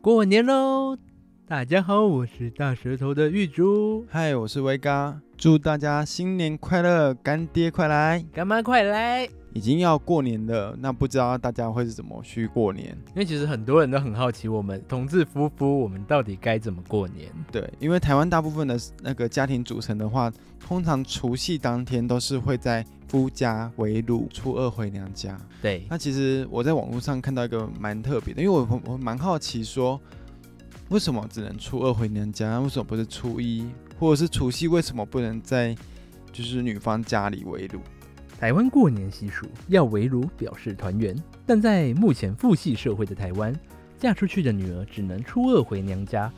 过完年喽！大家好，我是大舌头的玉竹，嗨，我是威嘎，祝大家新年快乐，干爹快来！干妈快来！因已经要过年了，那不知道大家会是怎么去过年？为其实很多人都很好奇，我们同志夫妇我们到底该怎么过年？对，因为台湾大部分的那个家庭组成的话，通常除夕当天都是会在夫家围炉，初二回娘家。对，那其实我在网络上看到一个蛮特别的，因为我我我蛮好奇说，为什么只能初二回娘家？为什么不是初一，或者是除夕？为什么不能在就是女方家里围炉？台湾过年习俗要围炉表示团圆，但在目前父系社会的台湾，嫁出去的女儿只能初二回娘家，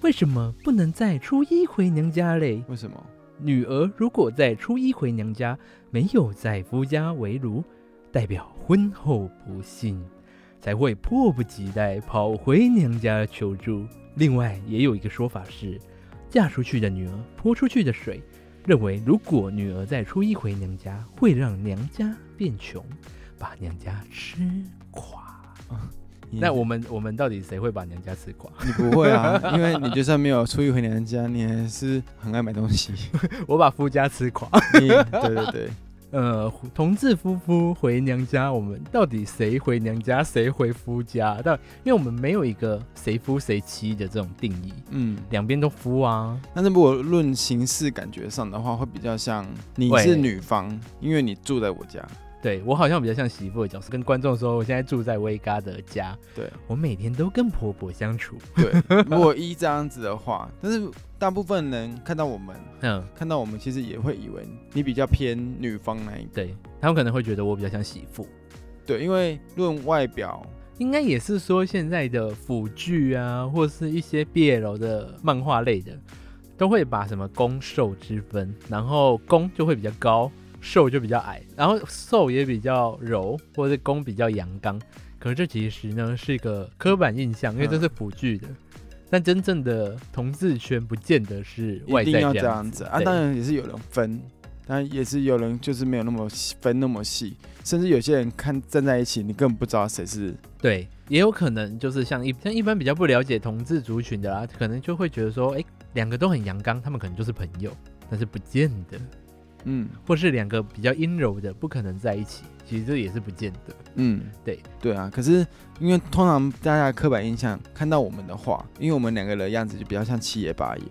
为什么不能在初一回娘家嘞？为什么？女儿如果在初一回娘家，没有在夫家围炉，代表婚后不幸，才会迫不及待跑回娘家求助。另外，也有一个说法是，嫁出去的女儿泼出去的水，认为如果女儿在初一回娘家，会让娘家变穷，把娘家吃垮。你那我们我们到底谁会把娘家吃垮？ 你不会啊，因为你就算没有出一回娘家，你还是很爱买东 西。我把夫家吃垮。你对对对，呃，同志夫妇回娘家，我们到底谁回娘家，谁回夫家？但因为我们没有一个谁夫谁妻的这种定义，嗯。两边都夫啊。但是如果论形式感觉上的话，会比较像你喂是女方，因为你住在我家。对我好像比较像媳妇的角色，跟观众啊说，我现在住在威嘎的家，对我每天都跟婆婆相处。对， 如果依这样子的话，但是大部分人看到我们，嗯，看到我们其实也会以为你比较偏女方那一个。对他们可能会觉得我比较像媳妇，对，因为论外表，应该也是说现在的腐剧啊，或是一些 BL 的漫画类的，都会把什么攻受之分，然后攻就会比较高，受就比较矮，然后受也比较柔，或者是攻比较阳刚。可是这其实呢是一个刻板印象，因为这嗯是腐剧的。但真正的同志圈不见得是外一定在要这这样样子子啊！对当然也是有人分，当然也是有人就是没有那么细分那么细，甚至有些人看站在一起，你根本不知道谁是对，也有可能就是像一像一般比较不了解同志族群的啦，可能就会觉得说，哎、两个都很阳刚，他们可能就是朋友，但是不见得，嗯或是两个比较阴柔的不可能在一起，其实这也是不见得。 嗯，对对啊。可是因为通常大家的刻板印象看到我们的话，因为我们两个人的样子就比较像七爷八爷，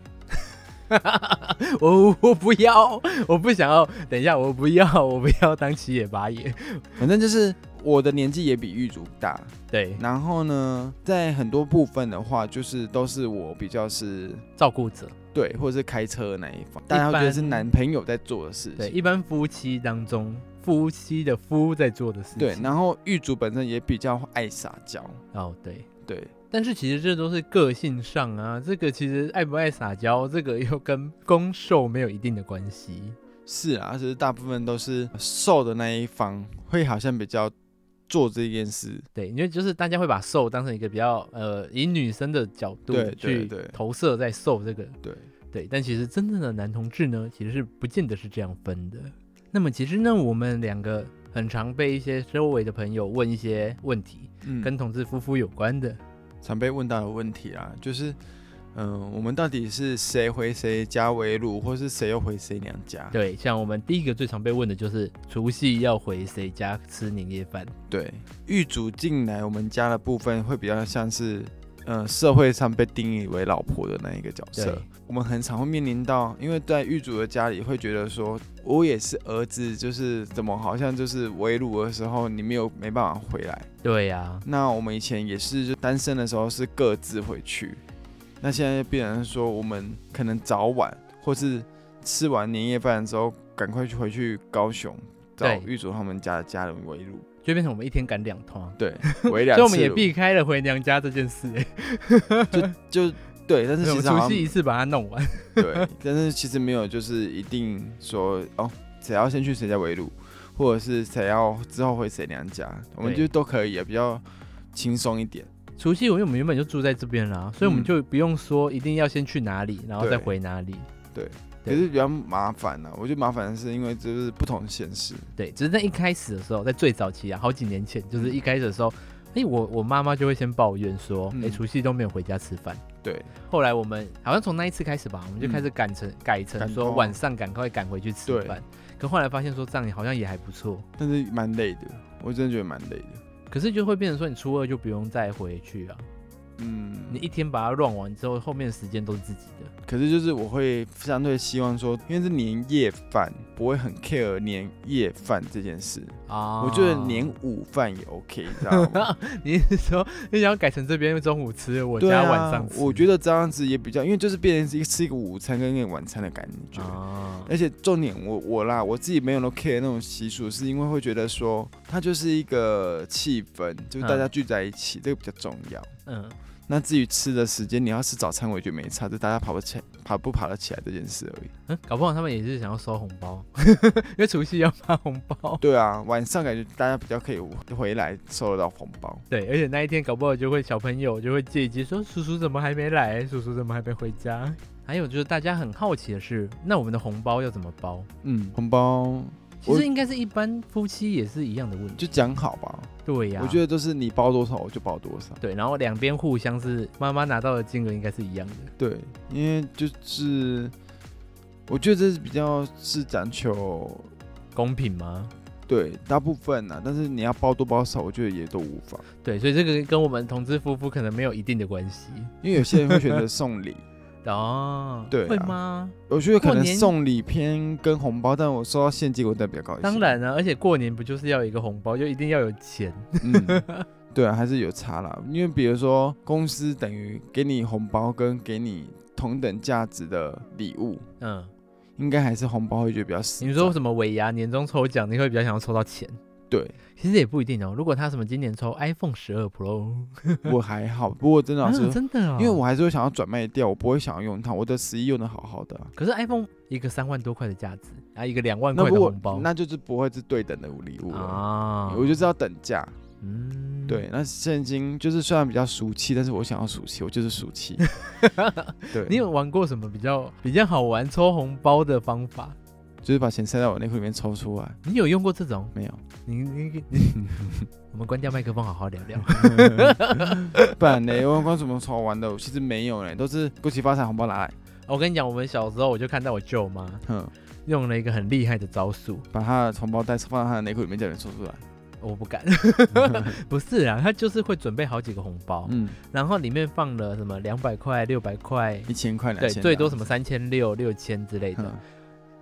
我我不要，我不想要，等一下，我不要，我不要当七爷八爷。反正就是我的年纪也比玉竹大。对，然后呢，在很多部分的话，就是都是我比较是照顾者。对，或者是开车的那一方，大家会一般觉得是男朋友在做的事情。对，一般夫妻当中，夫妻的夫在做的事情。对，然后玉竹本身也比较爱撒娇，哦，对。对，但是其实这都是个性上啊，这个其实爱不爱撒娇，这个又跟攻受没有一定的关系。 是啊，就是大部分都是瘦的那一方会好像比较做这件事，对，因为就是大家会把受当成一个比较呃，以女生的角度对对去对投射在受这个对，对，但其实真正的男同志呢，其实是不见得是这样分的。那么其实呢，我们两个很常被一些周围的朋友问一些问题，嗯，啊跟同志夫妇有关的。常被问到的问题啦，就是，嗯、我们到底是谁回谁家围炉，或是谁又回谁娘家？对，像我们第一个最常被问的就是除夕要回谁家吃年夜饭。对，玉主进来我们家的部分会比较像是，呃，社会上被定义为老婆的那一个角色对。我们很常会面临到，因为在玉主的家里会觉得说，我也是儿子，就是怎么好像就是围炉的时候你没有没办法回来。对啊呀、那我们以前也是就单身的时候是各自回去，那现在变成说我们可能早晚或是吃完年夜饭的时候，赶快去回去高雄找对玉主他们家的家人围炉。就变成我们一天赶两趟。对，所围两以次我们也炉避开了回娘家这件 事、欸，就对，但是我们其实嗯好除像夕一次把它弄完。对， 但是其实没有就是一定说哦，谁要先去谁家围炉，或者是谁要之后回谁娘家，我们对就都可以，啊比较轻松一点。除夕，因为我们原本就住在这边啦，所以我们就不用说一定要先去哪里，然后再对回哪里。可对是比较麻烦呢、我觉得麻烦的是因为就是不同现实，对，只是在一开始的时候，在最早期啊，好几年前，就是一开始的时候，哎，我我妈妈就会先抱怨说，哎、嗯除夕都没有回家吃饭。对，后来我们好像从那一次开始吧，我们就开始赶成、改成嗯赶说工晚上赶快赶回去吃对饭。可后来发现说这样好像也还不错，但是蛮累的，我真的觉得蛮累的。可是就会变成说你初二就不用再回去啊，嗯，你一天把它乱完之后，后面的时间都是自己的。可是就是我会相对希望说，因为是年夜饭，不会很 care 年夜饭这件事。啊我觉得年午饭也 OK，你知道吗？ 你是说你想要改成这边中午吃，我对家啊，晚上吃？我觉得这样子也比较，因为就是变成是一个吃一个午餐跟一个晚餐的感觉。啊，而且重点我我啦，我自己没有那 care 那种习俗，是因为会觉得说它就是一个气氛，就是大家聚在一起，这个比较重要。嗯，那至于吃的时间，你要吃早餐，我觉得没差，就大家爬不起来，爬不爬得起来这件事而已。嗯搞不好他们也是想要收红包， 因为除夕要发红包。对啊，晚上感觉大家比较可以回来收得到红包。对，而且那一天搞不好就会小朋友就会借机说：“叔叔怎么还没来？叔叔怎么还没回家？”还有就是大家很好奇的是，那我们的红包要怎么包？嗯，红包其我实应该是一般夫妻也是一样的问题。就讲好啊吧，对呀、我觉得得都是你包多少我就包多少。对，然后两边互相是妈妈拿到的金额应该是一样的。对，因为就是我觉得这是比较是讲求公平吗？对大部分啊，但是你要包多包少，我觉得也都无妨，对，所以这个跟我们同志夫妇可能没有一定的关系因为有些人会选 择送礼，哦。对啊会吗？我觉得可过能年送礼偏跟红包，但我收到现金我真的比较高兴。当，然啊，而且过年不就是要有一个红包，就一定要有钱。嗯，对啊，还是有差啦，因为比如说公司等于给你红包跟给你同等价值的礼物，嗯，应该还是红包会觉得比较实在。你说什么尾牙年终抽奖，你会比较想要抽到钱？对，其实也不一定哦。如果他什么今年抽 iPhone 十二 Pro，我还好，不过真的老 师啊、，真的啊、因为我还是会想要转卖掉，我不会想要用它，我的十一用的好好的啊、可是 iPhone 一个三万多块的价值，啊，一个两万那块不的过红包，那就是不会是对等的礼物了。啊，我就是要等价，嗯，对，，那现金就是虽然比较俗气，但是我想要俗气，我就是 俗气。对，你有玩过什么比较比较好玩抽红包的方法？就是把钱塞到我内裤里面抽出来，你有用过这种？没有？你你你，我们关掉麦克风，好好聊聊。不然呢？我光怎么抽玩的，我其实没有呢，都是恭喜发财红包拿来，我跟你讲，我们小时候我就看到我舅妈哼，用了一个很厉害的招数，把他的红包袋放到他的内裤里面，叫人抽出来。我不敢。不是啊，她就是会准备好几个红包，嗯，然后里面放了什么两百块、六百块，一千块、两对，千，最多什么三千六、六千之类的嗯。，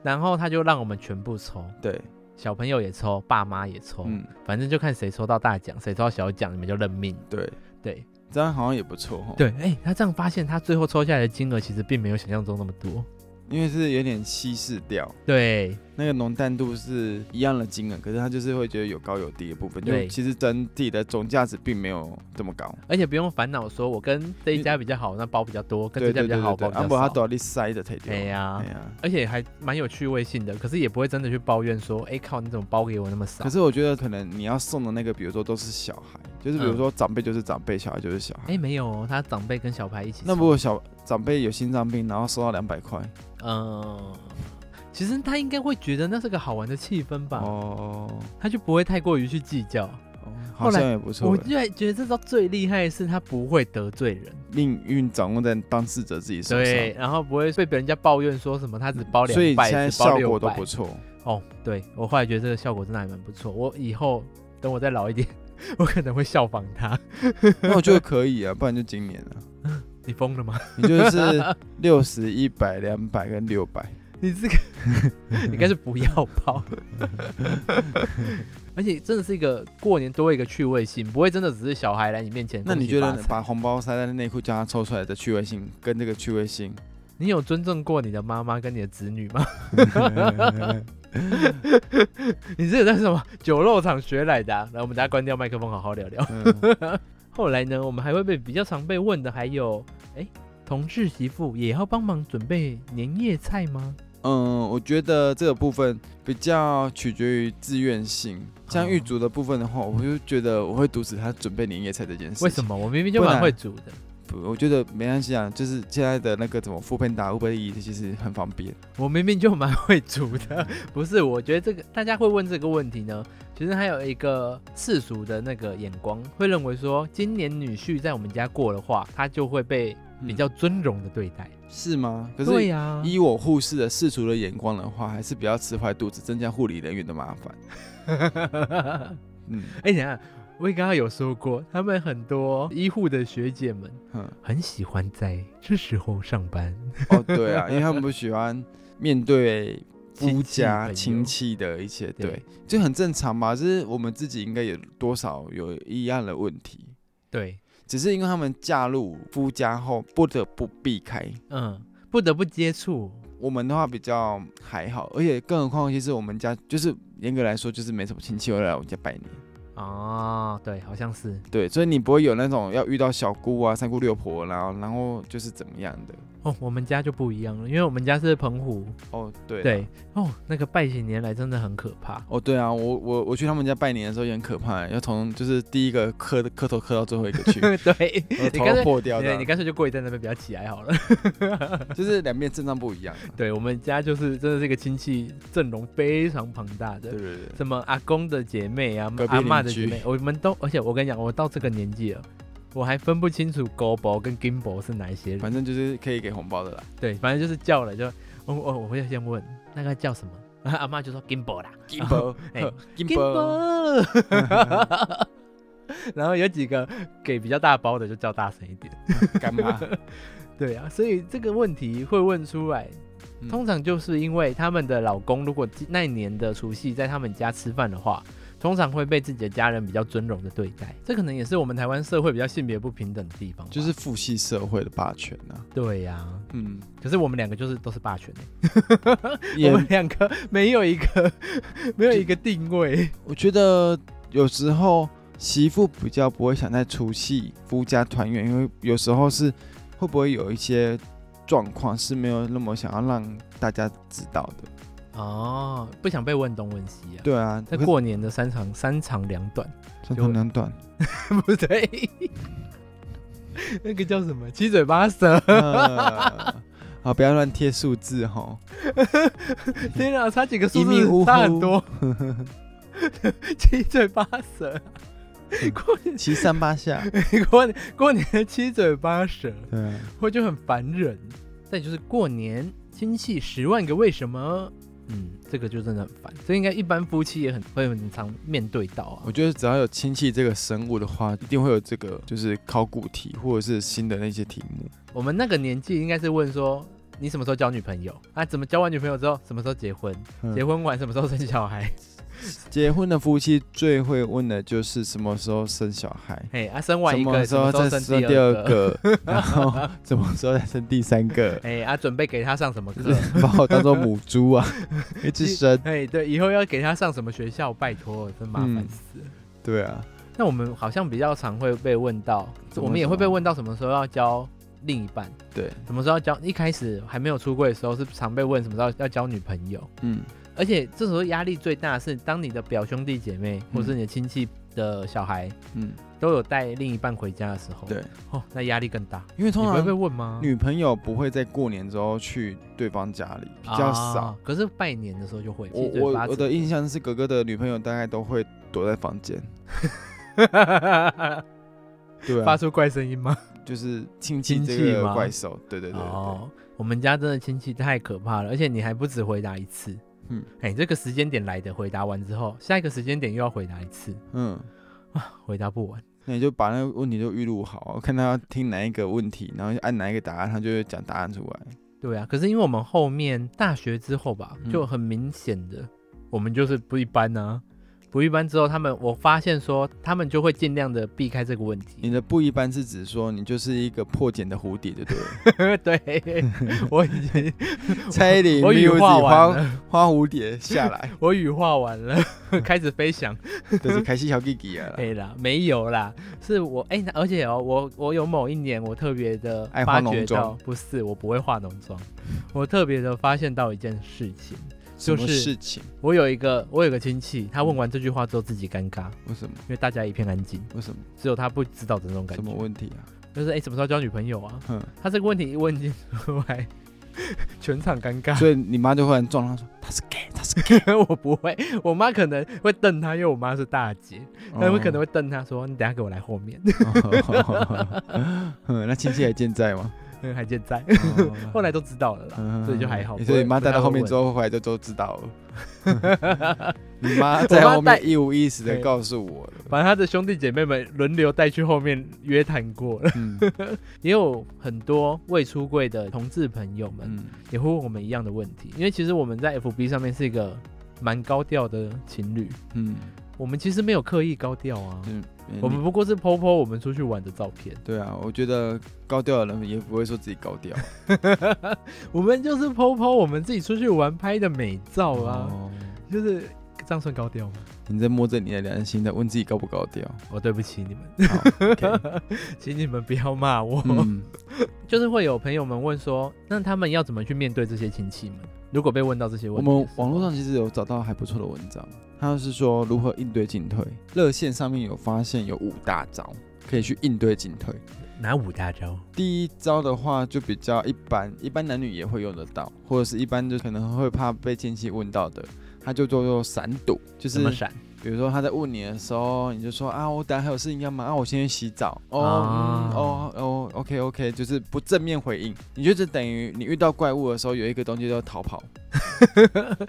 然后她就让我们全部抽，对，小朋友也抽，爸妈也抽，嗯，反正就看谁抽到大奖，谁抽到小奖，你们就认命。对，对这样好像也不错哦。对，哎、她这样发现她最后抽下来的金额其实并没有想象中那么多。因为是有点稀释掉，对，那个浓淡度是一样的金额，可是它就是会觉得有高有低的部分，就对其实整体的总价值并没有这么高。而且不用烦恼说我跟这一家比较好，那包比较多；跟这对家比对对较好，对包对，比啊较不，它少。都要塞的太多。哎呀哎，呀，而且还蛮有趣味性的，可是也不会真的去抱怨说，哎靠，你怎么包给我那么少可？是我觉得可能你要送的那个，比如说都是小孩，就是比如说长辈就是长辈，小孩就是小孩。嗯哎，没有哦，他长辈跟小孩一起。那如，果小长辈有心脏病，然后收到两百块，嗯，其实他应该会觉得那是个好玩的气氛吧，哦，他就不会太过于去计较。哦后好来像也不错我欸。就觉得这招最厉害的是他不会得罪人，命运掌握在当事者自己手上，对，然后不会被别人家抱怨说什么他只包两啊所以百，现在只包效六果都百 不。错。哦，对我后来觉得这个效果真的还蛮不错，我以后等我再老一点，我可能会效仿他。那我觉得可以啊，不然就今年了。你疯了吗？你就是六十、一百、两百跟六百， 你这个你应该是不要包， 而且真的是一个过年多一个趣味性，不会真的只是小孩来你面前。那你觉得吧？把红包塞在内裤，叫他抽出来的趣味性跟这个趣味性，你有尊重过你的妈妈跟你的子女吗？你这个在什么酒肉厂学来的、啊？来，我们大家关掉麦克风，好好聊聊。嗯、后来呢，我们还会被比较常被问的还有，哎，同志媳妇也要帮忙准备年夜菜吗？嗯，我觉得这个部分比较取决于自愿性。像嗯玉竹的部分的话，我就觉得我会阻止他准备年夜菜这件事。为什么？我明明就不然蛮会煮的。我觉得没关系啊，就是现在的那个怎么副片打 Uber E 其实很方便。我明明就蛮会煮的， 不是？我觉得这个大家会问这个问题呢，其实还有一个世俗的那个眼光，会认为说，今年女婿在我们家过的话，他就会被比较尊荣的对待。是吗？嗯可对是呀、 依我护士的世俗的眼光的话，还是不要吃坏肚子，增加护理人员的麻烦。嗯哎、等一下，我也刚刚有说过，他们很多医护的学姐们哼，很喜欢在这时候上班，哦对啊，因为他们不喜欢面对夫亲戚家朋亲友戚的一些，对对，就很正常嘛。就是我们自己应该也多少有一样的问题，对，只是因为他们嫁入夫家后不得不避开。嗯，不得不接触，我们的话比较还好，而且更何况其实我们家就是严格来说就是没什么亲戚会来我家拜年，哦，对，好像是，对，所以你不会有那种要遇到小姑啊、三姑六婆，然后然后就是怎么样的。哦，我们家就不一样了，因为我们家是澎湖，哦，对，对，，哦，那个拜起年来真的很可 怕，，哦，对啊，我我我去他们家拜年的时候也很可怕，欸要从就是第一个磕磕头磕到最后一个去 对，我的头你干要脆破掉对的你，干脆就跪在那边，不要起来好了。 就是两边阵仗不一样啊。对我们家就是真的是一个亲戚阵容非常庞大的对，对对，什么阿公的姐妹啊隔，壁阿妈的邻姐居妹，我们都，而且我跟你讲，我到这个年纪了，我还分不清楚 g o b o 跟 Gimbo 是哪一些人。反正就是可以给红包的 啦。对，反正就是叫了就，哦哦，我会先问那个叫什么，然后阿妈就说 Gimbo 啦金箔，哎呵金嗯箔， ，Gimbo。然后有几个给比较大包的就叫大声一点。干嘛？对啊，所以这个问题会问出来，嗯通常就是因为他们的老公如果那一年的除夕在他们家吃饭的话，通常会被自己的家人比较尊荣的对待。这可能也是我们台湾社会比较性别不平等的地方吧。就是父系社会的霸权啊。对呀、嗯，可是我们两个就是都是霸权、欸，也我们两个没有一个 没有一个定位。我觉得有时候媳妇比较不会想在除夕夫家团圆，因为有时候是会不会有一些状况是没有那么想要让大家知道的。哦，不想被问东问西啊。对啊，在过年的三长三长两 短，三长两 短，不对， 那个叫什么七嘴八舌。呃 好，不要乱贴数字哈。天啊，差几个数一命字呜呼差很多， 七嘴八舌。嗯过年七上八下，过年过年的七嘴八舌，对啊，我就很烦人。再就是过年亲戚十万个为什么，嗯，这个就真的很烦。这应该一般夫妻也很会很常面对到啊我。觉得只要有亲戚这个生物的话，一定会有这个就是考古题或者是新的那些题目。我们那个年纪应该是问说。你什么时候交女朋友啊？怎么交完女朋友之后，什么时候结婚？嗯结婚完什么时候生小孩？结婚的夫妻最会问的就是什么时候生小孩，嘿，啊，生完什一么个，时什么时候再生生第第二二个？，个， 然后什么时候再生第三个 哎、啊，准备给他上什么就课？是把我当做母猪啊，一直生。哎，对，以后要给他上什么学校，拜托，真麻烦嗯死了。对啊，那我们好像比较常会被问到，怎么我们也会说被问到什么时候要交另一半，对，什么时候要交。一开始还没有出柜的时候，是常被问什么时候要交女朋友，嗯，而且这时候压力最大的是，当你的表兄弟姐妹或是你的亲戚的小孩嗯，都有带另一半回家的时候，对，哦，那压力更大。因你为通不会被常问吗？女朋友不会在过年之后去对方家里，比较少啊。可是拜年的时候就会。我七嘴八我舌我的印象是哥哥的女朋友大概都会躲在房间，对发啊，出怪声音吗？就是亲戚亲这戚个吗怪兽，对对对对对，哦，我们家真的亲戚太可怕了，而且你还不止回答一次，嗯嗯，哎，这个时间点来的回答完之后，下一个时间点又要回答一次，嗯。回答不完。那你就把那个问题就预录好啊，看他要听哪一个问题，然后就按哪一个答案，他就会讲答案出来。对啊，可是因为我们后面大学之后吧，嗯就很明显的，我们就是不一般啊，不一般之后，他们我发现说，他们就会尽量的避开这个问你题。 的不一般是指说你就是一个破茧的蝴蝶，对不 对？对， 我已经蔡依林我羽 music 化完花了，花蝴蝶 下来，我羽化完了， 开始飞翔。就是开心小弟 弟啊，对啦，没有啦，是我哎、那而且哦，我我有某一年我特别的爱发化觉浓妆到，不是我不会化浓妆，我特别的发现到一件事情，什么就是事情？我有一个我有个亲戚，他问完这句话之后自己尴尬，为什么？因为大家一片安静，为什么？只有他不知道的那种感什么觉。问题啊？就是哎、诶什么时候交女朋友啊？嗯，他这个问题一问进来， 全场尴 尬。所以你妈就忽然撞他说他是 gay，他是 gay， 我不会，我妈可能会瞪他，因为我妈是大姐，她会可能会瞪他说：“你等下给我来后面。 哦嗯 那亲戚还健在吗？”还健在，哦 后来都知道了啦，嗯所以就还好。所以你妈带到后面之走，后，回来就都知道了。 你妈在后我妈带面一五一十的对告诉我 了。把他的兄弟姐妹们轮流带去后面约谈过了，嗯也有很多未出柜的同志朋友们嗯，也会问我们一样的问题，因为其实我们在 FB 上面是一个蛮高调的情侣，嗯，我们其实没有刻意高调啊，嗯我们不过是 PO PO 我们出去玩的照片。 对啊，我觉得高调的人也不会说自己高调。我们就是 PO PO 我们自己出去玩拍的美照啊，哦，就是这样算高调吗？你在摸着你的良心，在问自己高哦不高 调。我、对不起你们，好，OK， 请你们不要骂我。嗯，就是会有朋友们问说，那他们要怎么去面对这些亲戚们？如果被问到这些我问题的时候，们网络上其实有找到还不错的文章，它是说如何应对进退。热线上面有发现有五大招可以去应对进退。哪五大招？第一招的话就比较一般，一般男女也会用得到，或者是一般就可能会怕被亲戚问到的，他就做做闪躲，就是怎么闪？比如说他在问你的时候，你就说啊，我等下还有事情要忙啊，我先去洗澡哦、啊嗯哦哦，OK OK，就是不正面回应，你就是等于你遇到怪物的时候有一个东西叫逃 跑，可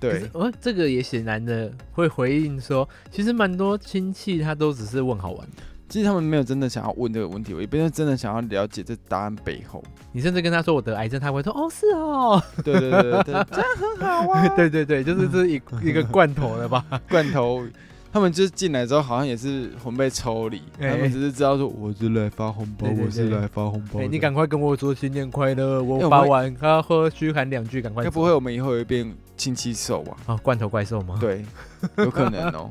对是，哦，这个也显然的会回应说，其实蛮多亲戚他都只是问好玩的。其实他们没有真的想要问这个问题，我一边是真的想要了解这答案背后，你甚至跟他说我得癌症，他会说哦是哦，对对对对对，这样很好啊， 对对 对，就是这一一个罐头了吧？ 罐头，他们就是进来之后好像也是魂被抽离，哎他们只是知道说我是来发红包，对对我是对来发红包哎、的。你赶快跟我说新年快乐，哎我我把会碗他喝嘘寒两句，赶快该走。不会我们以后会变亲戚手啊？啊、罐头怪兽 吗？，对， 有可能哦。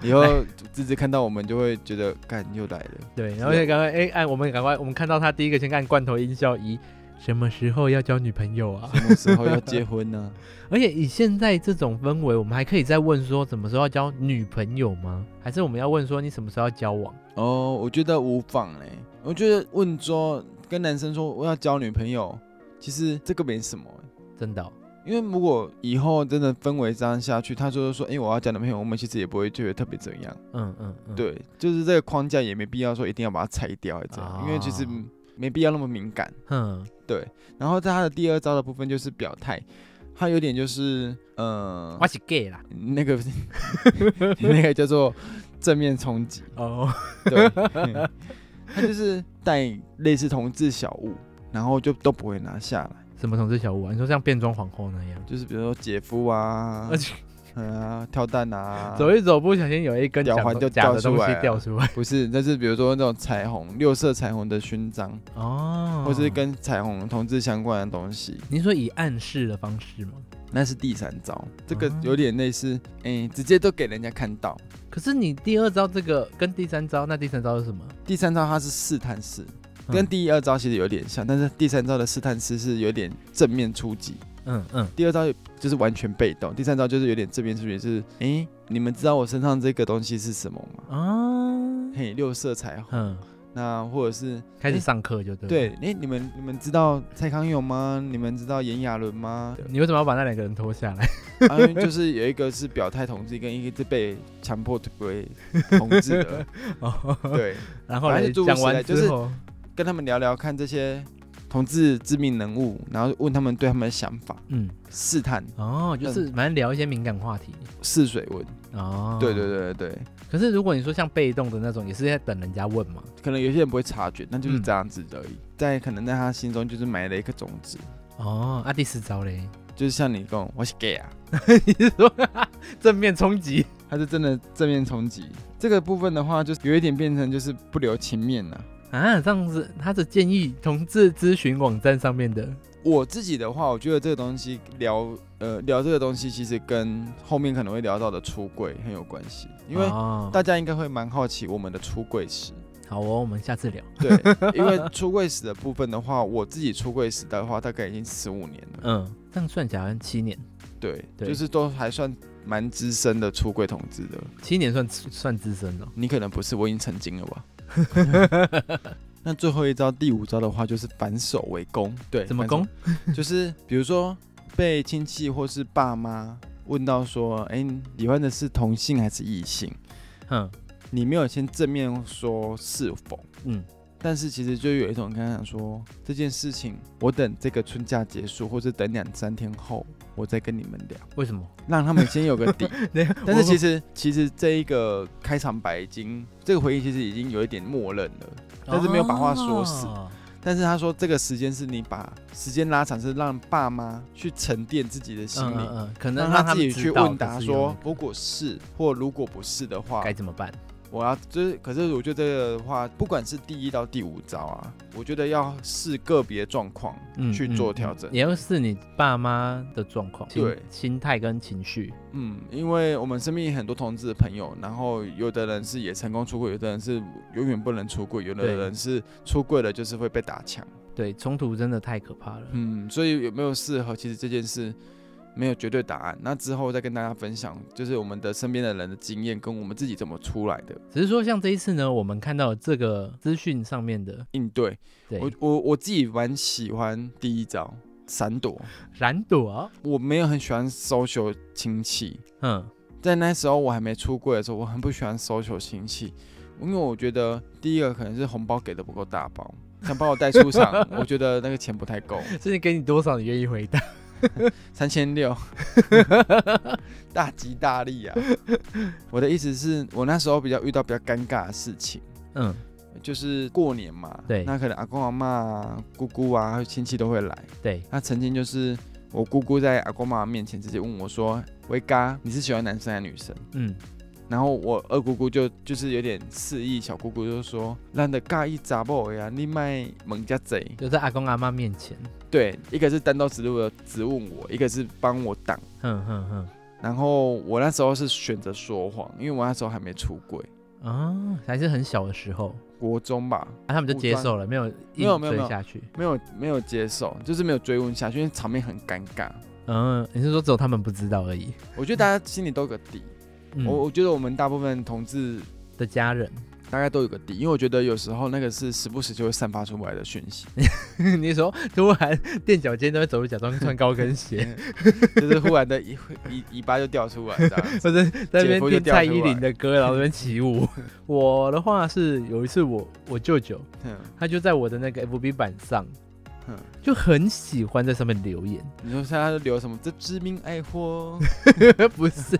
以后侄子看到我们就会觉得，干又来了。对，然后就赶快哎、按我们赶快，我们看到他第一个先按罐头音效仪，什么时候要交女朋友啊？什么时候要结婚呢、 而且以现在这种氛围，我们还可以再问说什么时候要交女朋友吗？还是我们要问说你什么时候要交往？哦，我觉得无妨嘞。我觉得问说跟男生说我要交女朋友，其实这个没什么欸、真的哦、因为如果以后真的氛围这样下去，他说说，哎、我要交男朋友，我们其实也不会觉得特别怎样。嗯嗯嗯，，对，就是这个框架也没必要说一定要把它拆掉，这样，因为其实啊没必要那么敏感。嗯，对，然后在他的第二招的部分就是表态，他有点就是，呃我，是 gay 啦。那个 那个叫做正面冲击，哦，对，嗯他就是带类似同志小物，然后就都不会拿下来，什么同志小屋啊？你说像变装皇后那样，就是比如说姐夫啊而，且嗯啊，跳蛋啊，走一走不小心有一根吊假环的就假的掉出东来西了掉出来。不是，但是比如说那种彩虹六色彩虹的勋章，哦，或是跟彩虹同志相关的东西，您说以暗示的方式吗？那是第三招，这个啊有点类似，哎、直接都给人家看到。可是你第二招这个跟第三招，那第三招是什么？第三招它是试探式，嗯跟第二招其实有点像，但是第三招的试探式是有点正面出击，嗯嗯，第二招就是完全被动，第三招就是有点正面出击，就是哎、诶你们知道我身上这个东西是什么啊，吗？嘿，六色彩虹，嗯，那或者是开始上课就对。对，哎、你们你们知道蔡康永吗？你们知道炎亚纶 吗？你为什么要把那两个人拖下来？啊，因为就是有一个是表态同志，跟一个是被强迫为同志 的，哦，对，然后反嘞正就诸如讲此完类就之是后，跟他们聊聊看这些同志知名人物，然后问他们对他们的想法，嗯，试探嗯哦，就是反正聊一些敏感话题。试水温。哦，对对。对对对，可是如果你说像被动的那种，也是在等人家问嘛。可能有些人不会察觉，那就是嗯这样子而已。在可能在他心中就是埋了一颗种子，哦，啊，第四招 嘞，就是像你跟我我是 gay 啊，你是说 正面冲击？他是真的正面冲击。这个部分的话，就是有一点变成就是不留情面了、啊，这样子，他的建议同志咨询网站上面的，我自己的话，我觉得这个东西聊，呃，聊这个东西其实跟后面可能会聊到的出柜很有关系，因为哦大家应该会蛮好奇我们的出柜史。好哦，我们下次聊。对，因为出柜史的部分的话，我自己出柜史的话，大概已经十五年了。嗯，这样算起来好像七年，对，对就是都还算蛮资深的出柜同志的。七年算算资深了。你可能不是，我已经成精了吧？ 那最后一招第五招的话，就是反手为攻。对，怎么反手攻？就是比如说被亲戚或是爸妈问到说，哎、你喜欢的是同性还是异性？嗯你没有先正面说是否，嗯，但是其实就有一种跟他讲说这件事情，我等这个春假结束，或者等两三天后，我再跟你们聊，为什么？让他们先有个底。 但是其实其实这一个开场白已经这个回应其实已经有一点默认了，但是没有把话说死哦但是他说这个时间是你把时间拉长，是让爸妈去沉淀自己的心嗯理。嗯嗯，可能让让他自们己知去道问这答是说有，如果是或如果不是的话该，怎么办？我要就是，可是我觉得这个的话，不管是第一到第五招啊，我觉得要视个别状况嗯，去做调整嗯嗯。也就是你爸妈的状况、心对心态跟情绪，嗯，因为我们身边很多同志的朋友，然后有的人是也成功出柜，有的人是永远不能出柜，有的对人是出柜了就是会被打枪。对冲突真的太可怕了。嗯，所以有没有适合，其实这件事没有绝对答案。那之后再跟大家分享，就是我们的身边的人的经验跟我们自己怎么出来的只是说像这一次呢，我们看到这个资讯上面的，应对。对，我我我自己蛮喜欢第一招闪躲，闪躲，我没有很喜欢 social 亲戚，嗯在那时候我还没出柜的时候，我很不喜欢 social 亲戚，因为我觉得第一个可能是红包给的不够大包，想把我带出场，我觉得那个钱不太够，这是给你多少，你愿意回答？三千六，大吉大利啊！我的意思是我那时候比较遇到比较尴尬的事情。嗯，就是过年嘛，对那可能阿公阿妈、姑姑啊、亲戚都会来，对，他曾经就是我姑姑在阿公妈妈面前直接问我说：“维嘎，你是喜欢男生还是女生嗯，？”然后我二姑姑就就是有点示意，小姑姑就说：“懒得尬一杂某呀，你卖猛家贼。就在阿公阿妈面前，”对，一个是单刀直入的质问我，一个是帮我挡。哼哼哼。然后我那时候是选择说谎，因为我那时候还没出轨，啊，还是很小的时候，国中吧，啊、他们就武接装受了，没有没硬有没有追没有下去。没有没有接受，就是没有追问下去，因为场面很尴尬。嗯，你是说只有他们不知道而已？我觉得大家心里都有个底。嗯，我我觉得我们大部分同志的家人， 大概都有个底，因为我觉得有时候那个是时不时就会散发出来的讯息，你说突然垫脚尖都会走路，假装穿高跟鞋，就是忽然的一一尾巴就掉出来这样子。或者在那姐边夫就听掉蔡出依林来的歌，然后在那边起 舞。我的话是有一次我我舅舅嗯他就在我的那个 FB 版上，嗯就很喜欢在上面留言， 你说现在留什么？这致命爱 货，不是，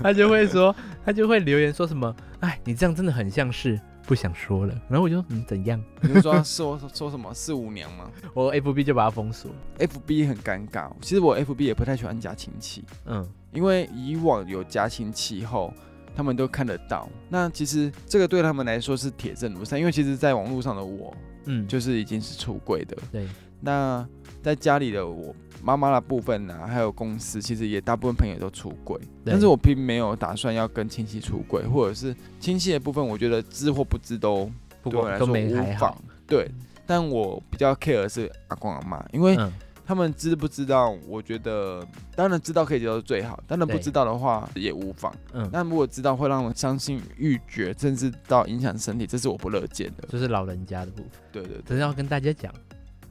他就会说，他就会留言说什么，哎，你这样真的很像是不想说了。然后我就嗯怎样，你就说说说什么四五娘吗我 FB 就把它封锁。 ？FB 很尴尬，哦其实我 FB 也不太喜欢加亲戚，嗯，因为以往有加亲戚后。他们都看得到，那其实这个对他们来说是铁证如山，因为其实，在网络上的我嗯，就就是已经是出柜的，对，那在家里的我妈妈的部分呢、还有公司，其实也大部分朋友都出轨，对但是我并没有打算要跟亲戚出轨，或者是亲戚的部分，我觉得知或不知都不对我过来都说没无还妨好。。对，但我比较 care 的是阿公阿妈，因为嗯，他们知不知道，我觉得当然知道可以接受是最好，当然不对知道的话也无妨。嗯，但如果知道会让我伤心欲绝，甚至到影响身体，这是我不乐见的。就是老人家的部分，对对对只是要跟大家讲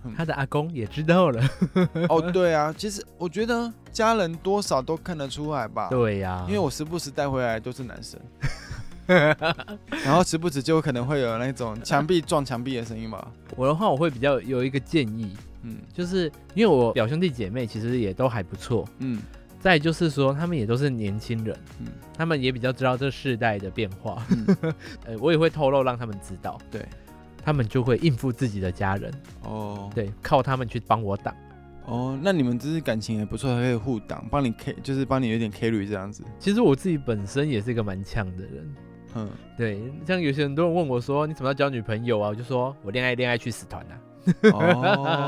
嗯。他的阿公也知道了，哦，对啊，其实我觉得家人多少都看得出来吧。对啊呀、因为我时不时带回来都是男 生，然后时不时就可能会有那种墙壁撞墙壁的声音吧。我的话，我会比较有一个建议，嗯就是因为我表兄弟姐妹其实也都还不错，嗯再就是说他们也都是年轻人，嗯，他们也比较知道这世代的变 化，嗯呃，我也会透露让他们知道，对，他们就会应付自己的家人，哦对，靠他们去帮我挡。哦，那你们这是感情也不错，还可以互挡，帮你 K 就是帮你有点 carry 这样子。其实我自己本身也是一个蛮呛的人， 嗯，对，像有些很多人问我说你怎么要交女朋友啊，我就说我恋爱恋爱去死团啊。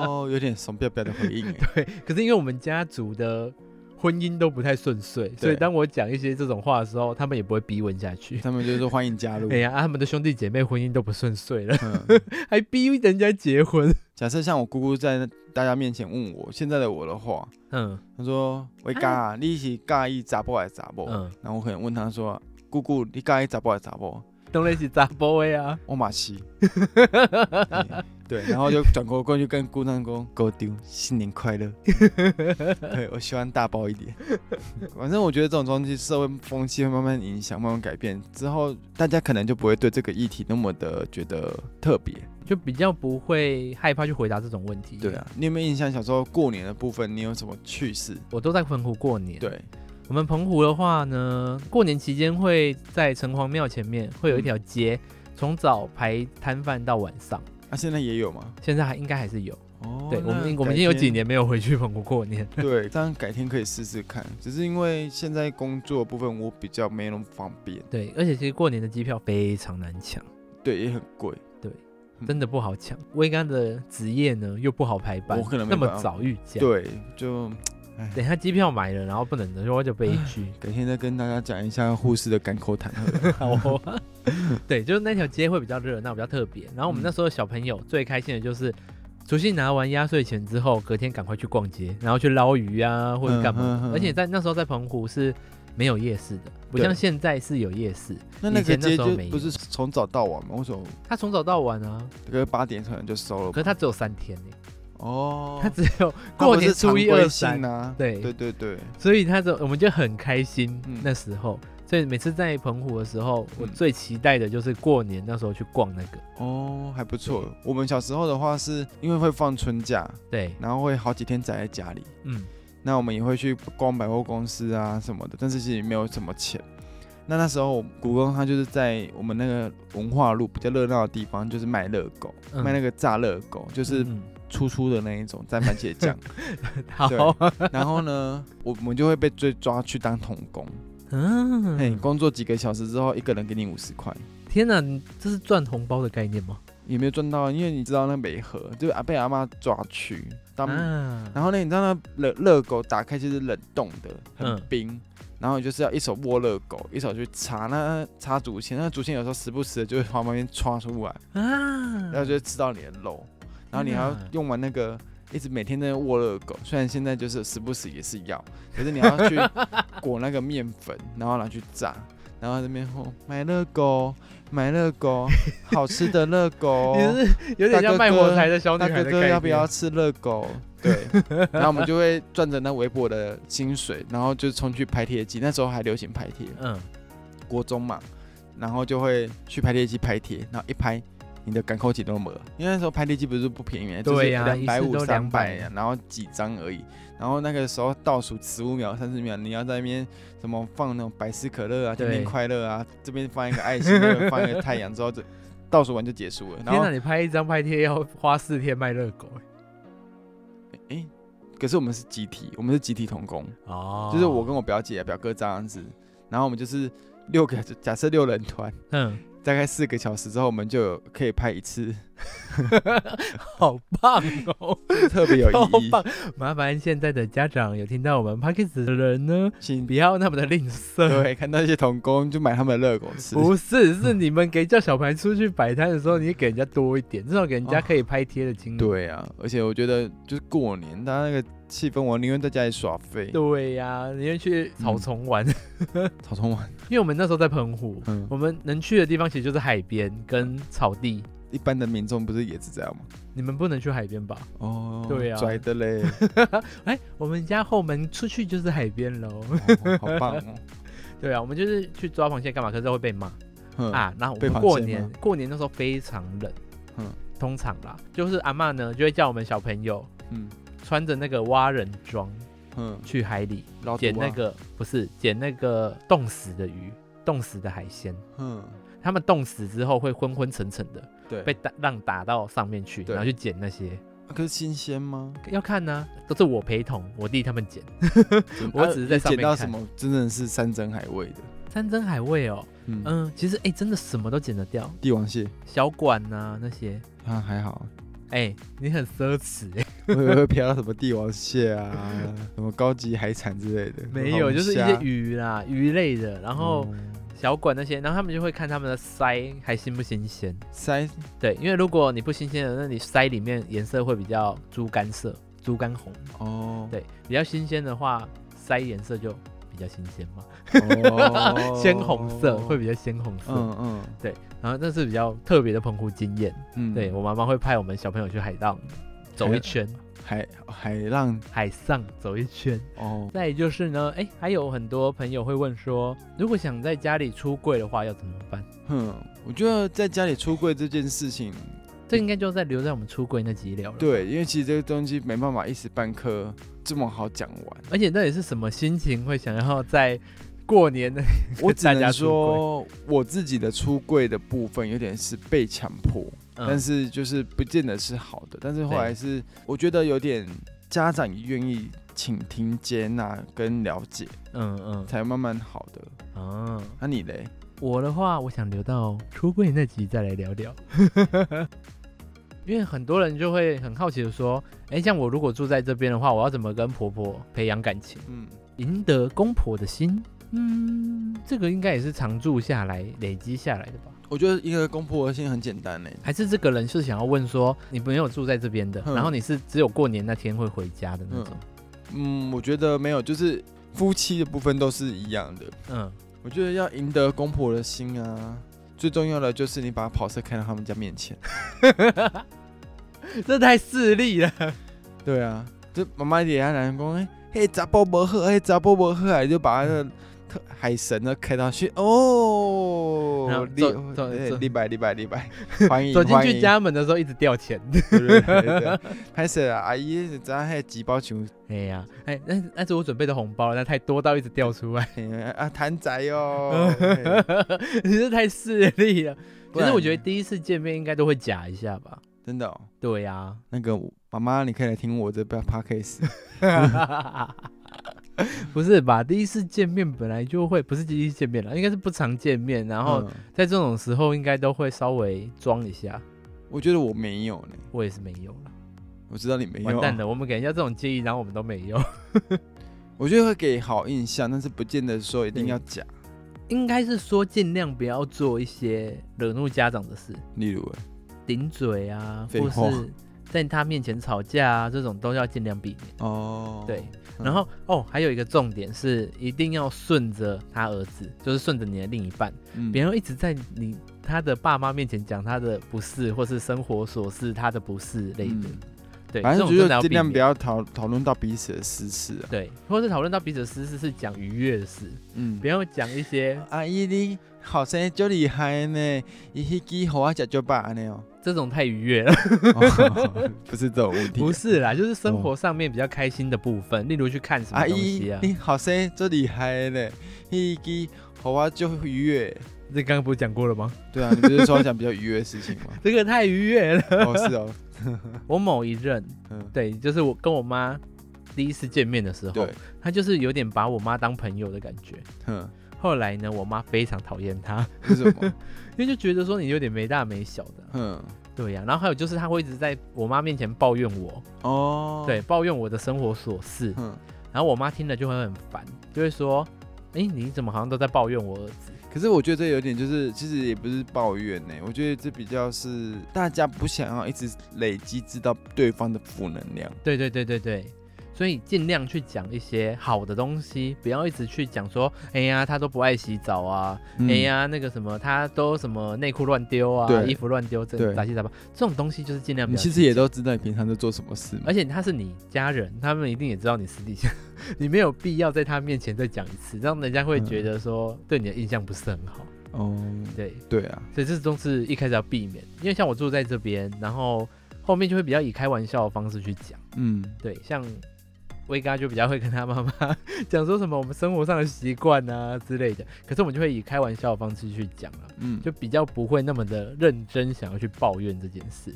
哦，有点怂彪彪的回应哎。可是因为我们家族的婚姻都不太顺遂，所以当我讲一些这种话的时候，他们也不会逼问下去。他们就说欢迎加入哎。呀、啊他们的兄弟姐妹婚姻都不顺遂了， 嗯，还逼人家结婚。假设像我姑姑在大家面前问我现在的我的话，嗯她说：“喂嘎、啊，你是介意查甫还是查某？”嗯，然后我可能问他说：“姑姑，你介意查甫还是查某？”当然是查甫的啊。我马 西，对，然后就转过过去跟姑丈公狗丢，新年 快乐。对我喜欢大包一点， 反正我觉得这种东西社会风气会慢慢影响，慢慢改变之后，大家可能就不会对这个议题那么的觉得特别。就比较不会害怕去回答这种问题。对，啊，你有没有印象小时候过年的部分，你有什么趣事？我都在澎湖过年。，对，我们澎湖的话呢，过年期间会在城隍庙前面会有一条街，嗯从早排摊贩到晚上。啊，现在也有吗？现在还应该还是有。哦对我那们，我们改已经有天几年没有回去澎湖过年。对，这样改天可以试试看。只是因为现在工作部分我比较没那么方便，对，而且其实过年的机票非常难抢，对，也很贵。嗯真的不好抢。威刚的职业呢又不好排班，我可能没那么办法早遇见。，对，就呃等一下机票买了，然后不能的时候就悲 剧。改天再跟大家讲一下护士的港口谈。 好哦，对，就是那条街会比较热闹，比较特别。然后我们嗯那时候小朋友最开心的就是。除夕拿完压岁钱之后，隔天赶快去逛街，然后去捞鱼啊，或者干嘛的。嗯哼嗯哼而且在那时候在澎湖是没有夜市的，不对像现在是有夜市。那那以个前那街时候就没不是从早到晚吗？为什么它从早到晚啊，这个八点可能就收了可是它吧？只有三天呢、哦它，只有它过不年是初一常规二三性啊。对对对对，所以他就我们就很开心、嗯那时候。所以每次在澎湖的时候，我嗯最期待的就是过年那时候去逛那个。哦，还不错。我们小时候的话，是因为会放春假，对，然后会好几天宅在家里。嗯，那我们也会去逛百货公司啊什么的，但是其实没有什么钱。那那时候股东他就是在我们那个文化路比较热闹的地方，就是卖热狗，嗯卖那个炸热狗，就是嗯粗粗的那一种，蘸番 茄酱。嗯好，然后呢，我们就会被追抓去当童工，哎、嗯，工作几个小时之后，一个人给你五十块，天哪，你这是赚红包的概念吗？也没有赚到，因为你知道那没合，就是啊被阿妈抓去当啊，然后呢，你知道那热热狗打开就是冷冻的，嗯很冰。然后你就是要一手握热狗，一手去插那插竹签，那竹签有时候时不时的就会从旁边刷出来，啊，然后就会吃到你的肉。然后你还要用完那嗯个，一直每天在握热狗。虽然现在就是时不时也是要，可是你要去裹那个面 粉，然后拿去炸，然后在那边吼买热狗，买热狗，好吃的热 狗。你是有点像卖火柴的小女大孩哥的哥概要不念要吃热 狗？对，然后我们就会赚着那微薄的薪水，然后就冲去拍贴机。那时候还流行拍贴，嗯，国中嘛，然后就会去拍贴机拍贴，然后一拍，你的港口几都没了，因为那时候拍贴机不是不便宜，对呀两百一次五、都三百200，然后几张而已。然后那个时候倒数十五秒、三十秒，你要在那边什么放那种百事可乐啊、对天天快乐啊，这边放一个爱心，那边放一个太阳，之后就倒数完就结束了。然天后哪，你拍一张拍贴要花四天卖热狗哎、可是我们是集体，我们是集体同工，哦就是我跟我表姐、啊表哥这样子，然后我们就是六个，假设六人团，嗯，大概四个小时之后，我们就有可以拍一次， 好棒哦。特别有超意义。棒！麻烦现在的家长有听到我们 p o d c a s t 的人呢，请不要那么的吝啬。对，看到一些童工就买他们的热狗吃。不是，是你们给叫小盘出去摆摊的时候，你给人家多一点，至少给人家可以拍贴的经历。对啊，而且我觉得就是过年，大家那个气氛，我宁愿在家里耍废，对呀、你要去草丛嗯玩，草丛玩。 因为我们那时候在澎湖，嗯，我们能去的地方其实就是海边跟草地。一般的民众不是也是这样吗？你们不能去海边吧？哦，对啊拽的 嘞，哎，我们家后门出去就是海边喽。哦好棒哦。 对啊，我们就是去抓螃蟹干嘛？可是会被骂。嗯，啊，然后我被们螃过蟹年吗过年那时候非常冷，嗯嗯，通常啦，就是阿嬷呢就会叫我们小朋友嗯穿着那个蛙人装嗯，去海里老捡毒那啊，个不是捡那个冻死的鱼、冻死的海鲜，嗯，他们冻死之后会昏昏沉沉的，对，被打浪打到上面去，对然后去捡那些。啊可是新鲜吗？要看呢、都是我陪同我弟他们捡，我啊只是在上捡面到看什么真的是山珍海味的，山珍海味哦，嗯，嗯，其实哎、真的什么都捡得掉，帝王蟹小管呐、那些，啊还好，哎、你很奢侈 哎、 我以为会飘到什么帝王蟹啊，什么高级海产之类的，没有，龙就是一虾嗯些，鱼啦、鱼类的，然后哦小管那些，然后他们就会看他们的鳃还新不新鲜。鳃对，因为如果你不新鲜的，那你鳃里面颜色会比较猪肝色、猪肝红。哦，对，比较新鲜的话，鳃颜色就比比较新鲜嘛，哦鲜红色会比较鲜红色。嗯嗯然后那是比较特别的澎湖经验。嗯，对我妈妈会派我们小朋友去海浪走一 圈，海海浪海上走一圈。哦，再就是呢，哎，还有很多朋友会问说，如果想在家里出柜的话要怎么办？哼，我觉得在家里出柜这件事情，这应该就在留在我们出柜那集聊了。，对，因为其实这个东西没办法一时半刻这么好讲 完。而且到底是什么心情会想要在过年的？我只大家能出说，我自己的出柜的部分有点是被强迫， 但嗯是就是不见得是好的。但是后对来是，我觉得有点家长愿意倾听、接纳跟了解，嗯才慢慢好的。嗯啊，那、你嘞？我的话，我想留到出柜那集再来聊聊。因为很多人就会很好奇的说，哎，像我如果住在这边的话，我要怎么跟婆婆培养感情？嗯，赢得公婆的心，嗯，这个应该也是常住下来累积下来的吧？我觉得一个公婆的心很简单嘞、还是这个人是想要问说，你没有住在这边的，嗯然后你是只有过年那天会回家的那种？嗯，我觉得没有，就是夫妻的部分都是一样的。嗯，我觉得要赢得公婆的心啊，最重要的就是你把跑车开到他们家面前。嗯 这太势利了。对啊，就妈妈也很难讲，哎、嘿，查甫无好，嘿，查甫无好啊，你就把那嗯个特海神呢开到去然后哦，走礼走对走礼拜礼拜礼拜，欢迎走进嗯欢去迎，家门的时候一直掉钱。对对对对对，拍摄啊，阿姨是咱嘿几包球，哎呀，哎，那那是我准备的红包，那太多到一直掉出来， 嘿啊，谭仔哦，嘿你这太势利了。其不然实我觉得第一次见面应该都会假一下吧。真的、哦，对 呀、那个妈妈你可以来听我这 podcast，不是吧？第一次见面本来就会，不是第一次见面了，应该是不常见面，然后嗯在这种时候应该都会稍微装一下。我觉得我没有呢，我也是没有了，我知道你没有，啊完蛋了，我们给人家这种建议，然后我们都没有。 我觉得会给好印象，但是不见得说一定对要假，应该是说尽量不要做一些惹怒家长的事，例如欸顶嘴啊，废或话是在他面前吵架啊，这种都要尽量避免。哦，对，嗯然后哦，还有一个重点是，一定要顺着他儿子，就是顺着你的另一半，嗯别人一直在你他的爸妈面前讲他的不是，或是生活琐事他的不是类的。嗯对，反这正种就真的是要尽量避不免要讨讨论到彼此的私事啊。对，或是讨论到彼此的私事是讲愉悦的事，嗯不，要讲一些阿姨你啊好生就厉害呢，伊迄支互我食就饱呢哦。这种太愉 悦了。哦 不是这种问题，不。是啦，就是生哦活上面比较开心的部分，例如去看什么阿东姨西啊。你好生就厉害呢，迄支互我就愉悦。这刚刚不是讲过了吗？？对啊，你不是说要讲比较愉悦的事情吗 这个太愉悦了。哦，是哦，我某一任，嗯，对，就是我跟我妈第一次见面的时候对，，她就是有点把我妈当朋友的感觉。嗯，后来呢，我妈非常讨厌她， 为什么？因为就觉得说你有点没大没小的。嗯，对呀、然后还有就是她会一直在我妈面前抱怨我，哦，对，，抱怨我的生活琐事。嗯，然后我妈听了就会很烦，就会说：“哎，你怎么好像都在抱怨我儿子可是我觉得这有点就是，其实也不是抱怨呢、我觉得这比较是大家不想要一直累积知道对方的负能量。？”对对对对对，所以尽量去讲一些好的东西，不要一直去讲说：“哎呀，他都不爱洗澡啊，哎、呀，那个什么，他都什么内裤乱丢啊，嗯对衣服乱丢，这对杂七杂八，这种东西就是尽量不你要嗯其去实也讲。都知道你平常在做什么事嘛而。且他是你家人，他们一定也知道你私底下， 你没有必要在他面前再讲一次，让人家会觉得嗯说对你的印象不是很好。哦，对，对啊，所以这都是一开始要避免，因为像我住在这边，然后后面就会比较以开玩笑的方式去讲。嗯，对，像威嘎就比较会跟他妈妈 讲说什么我们生活上的习惯啊之类的，可是我们就会以开玩笑的方式去讲啊了，嗯，就比较不会那么的认真想要去抱怨这件事，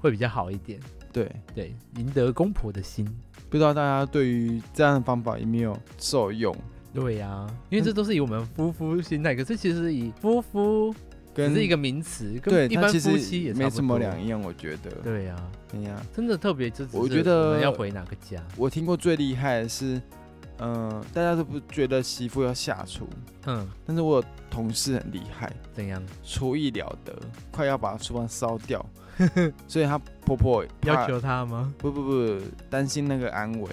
会比较好一点。对，对，赢得公婆的心。不知道大家对于这样的方法有没有受用？对呀、因嗯为这都是以我们夫妇心态，可是其实以夫妇跟只是一个名词，对，跟一它般其夫实妻也差没不什多么两样，我觉得。对呀、对呀、真的特别，就只我是觉得我们要回哪个家？我听过最厉害的是，嗯、大家都不觉得媳妇要下厨，嗯，但是我有同事很厉害，怎样？厨艺了得，快要把厨房烧 掉，所以她婆婆怕要求他吗？不不不担心那个安危，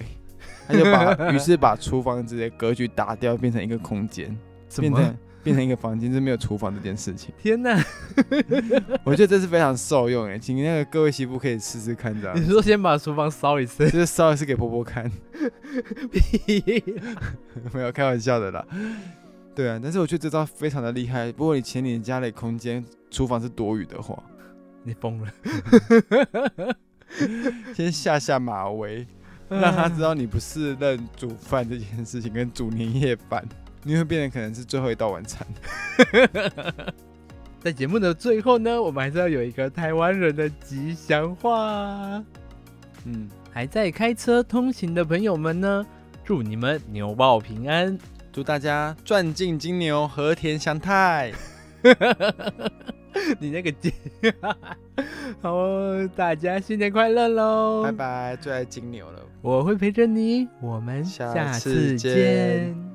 他就把于是把厨房直接格局打掉，变成一个空间， 怎变么成？变成一个房间，就是没有厨房这件事 情。天哪！我觉得这是非常受用欸诶，请那个各位媳妇可以试试看 这样你，说先把厨房烧一次， 就是稍微是给婆婆看，屁没有开玩笑的啦。对啊，但是我觉得这招非常的厉害。如果你前你家里空间厨房是多余的话，你疯了！先下下马威，让他知道你不是认煮饭这件事情跟煮年夜饭，你会变成可能是最后一道晚餐。在节目的最后呢，我们还是要有一个台湾人的吉祥话。嗯，还在开车通行的朋友们呢，祝你们牛报平安。 祝大家赚进金牛，和田祥太。你那个吉， 好哦，大家新年快乐喽！拜拜，最爱金牛了。我会陪着你，我们下下次次见见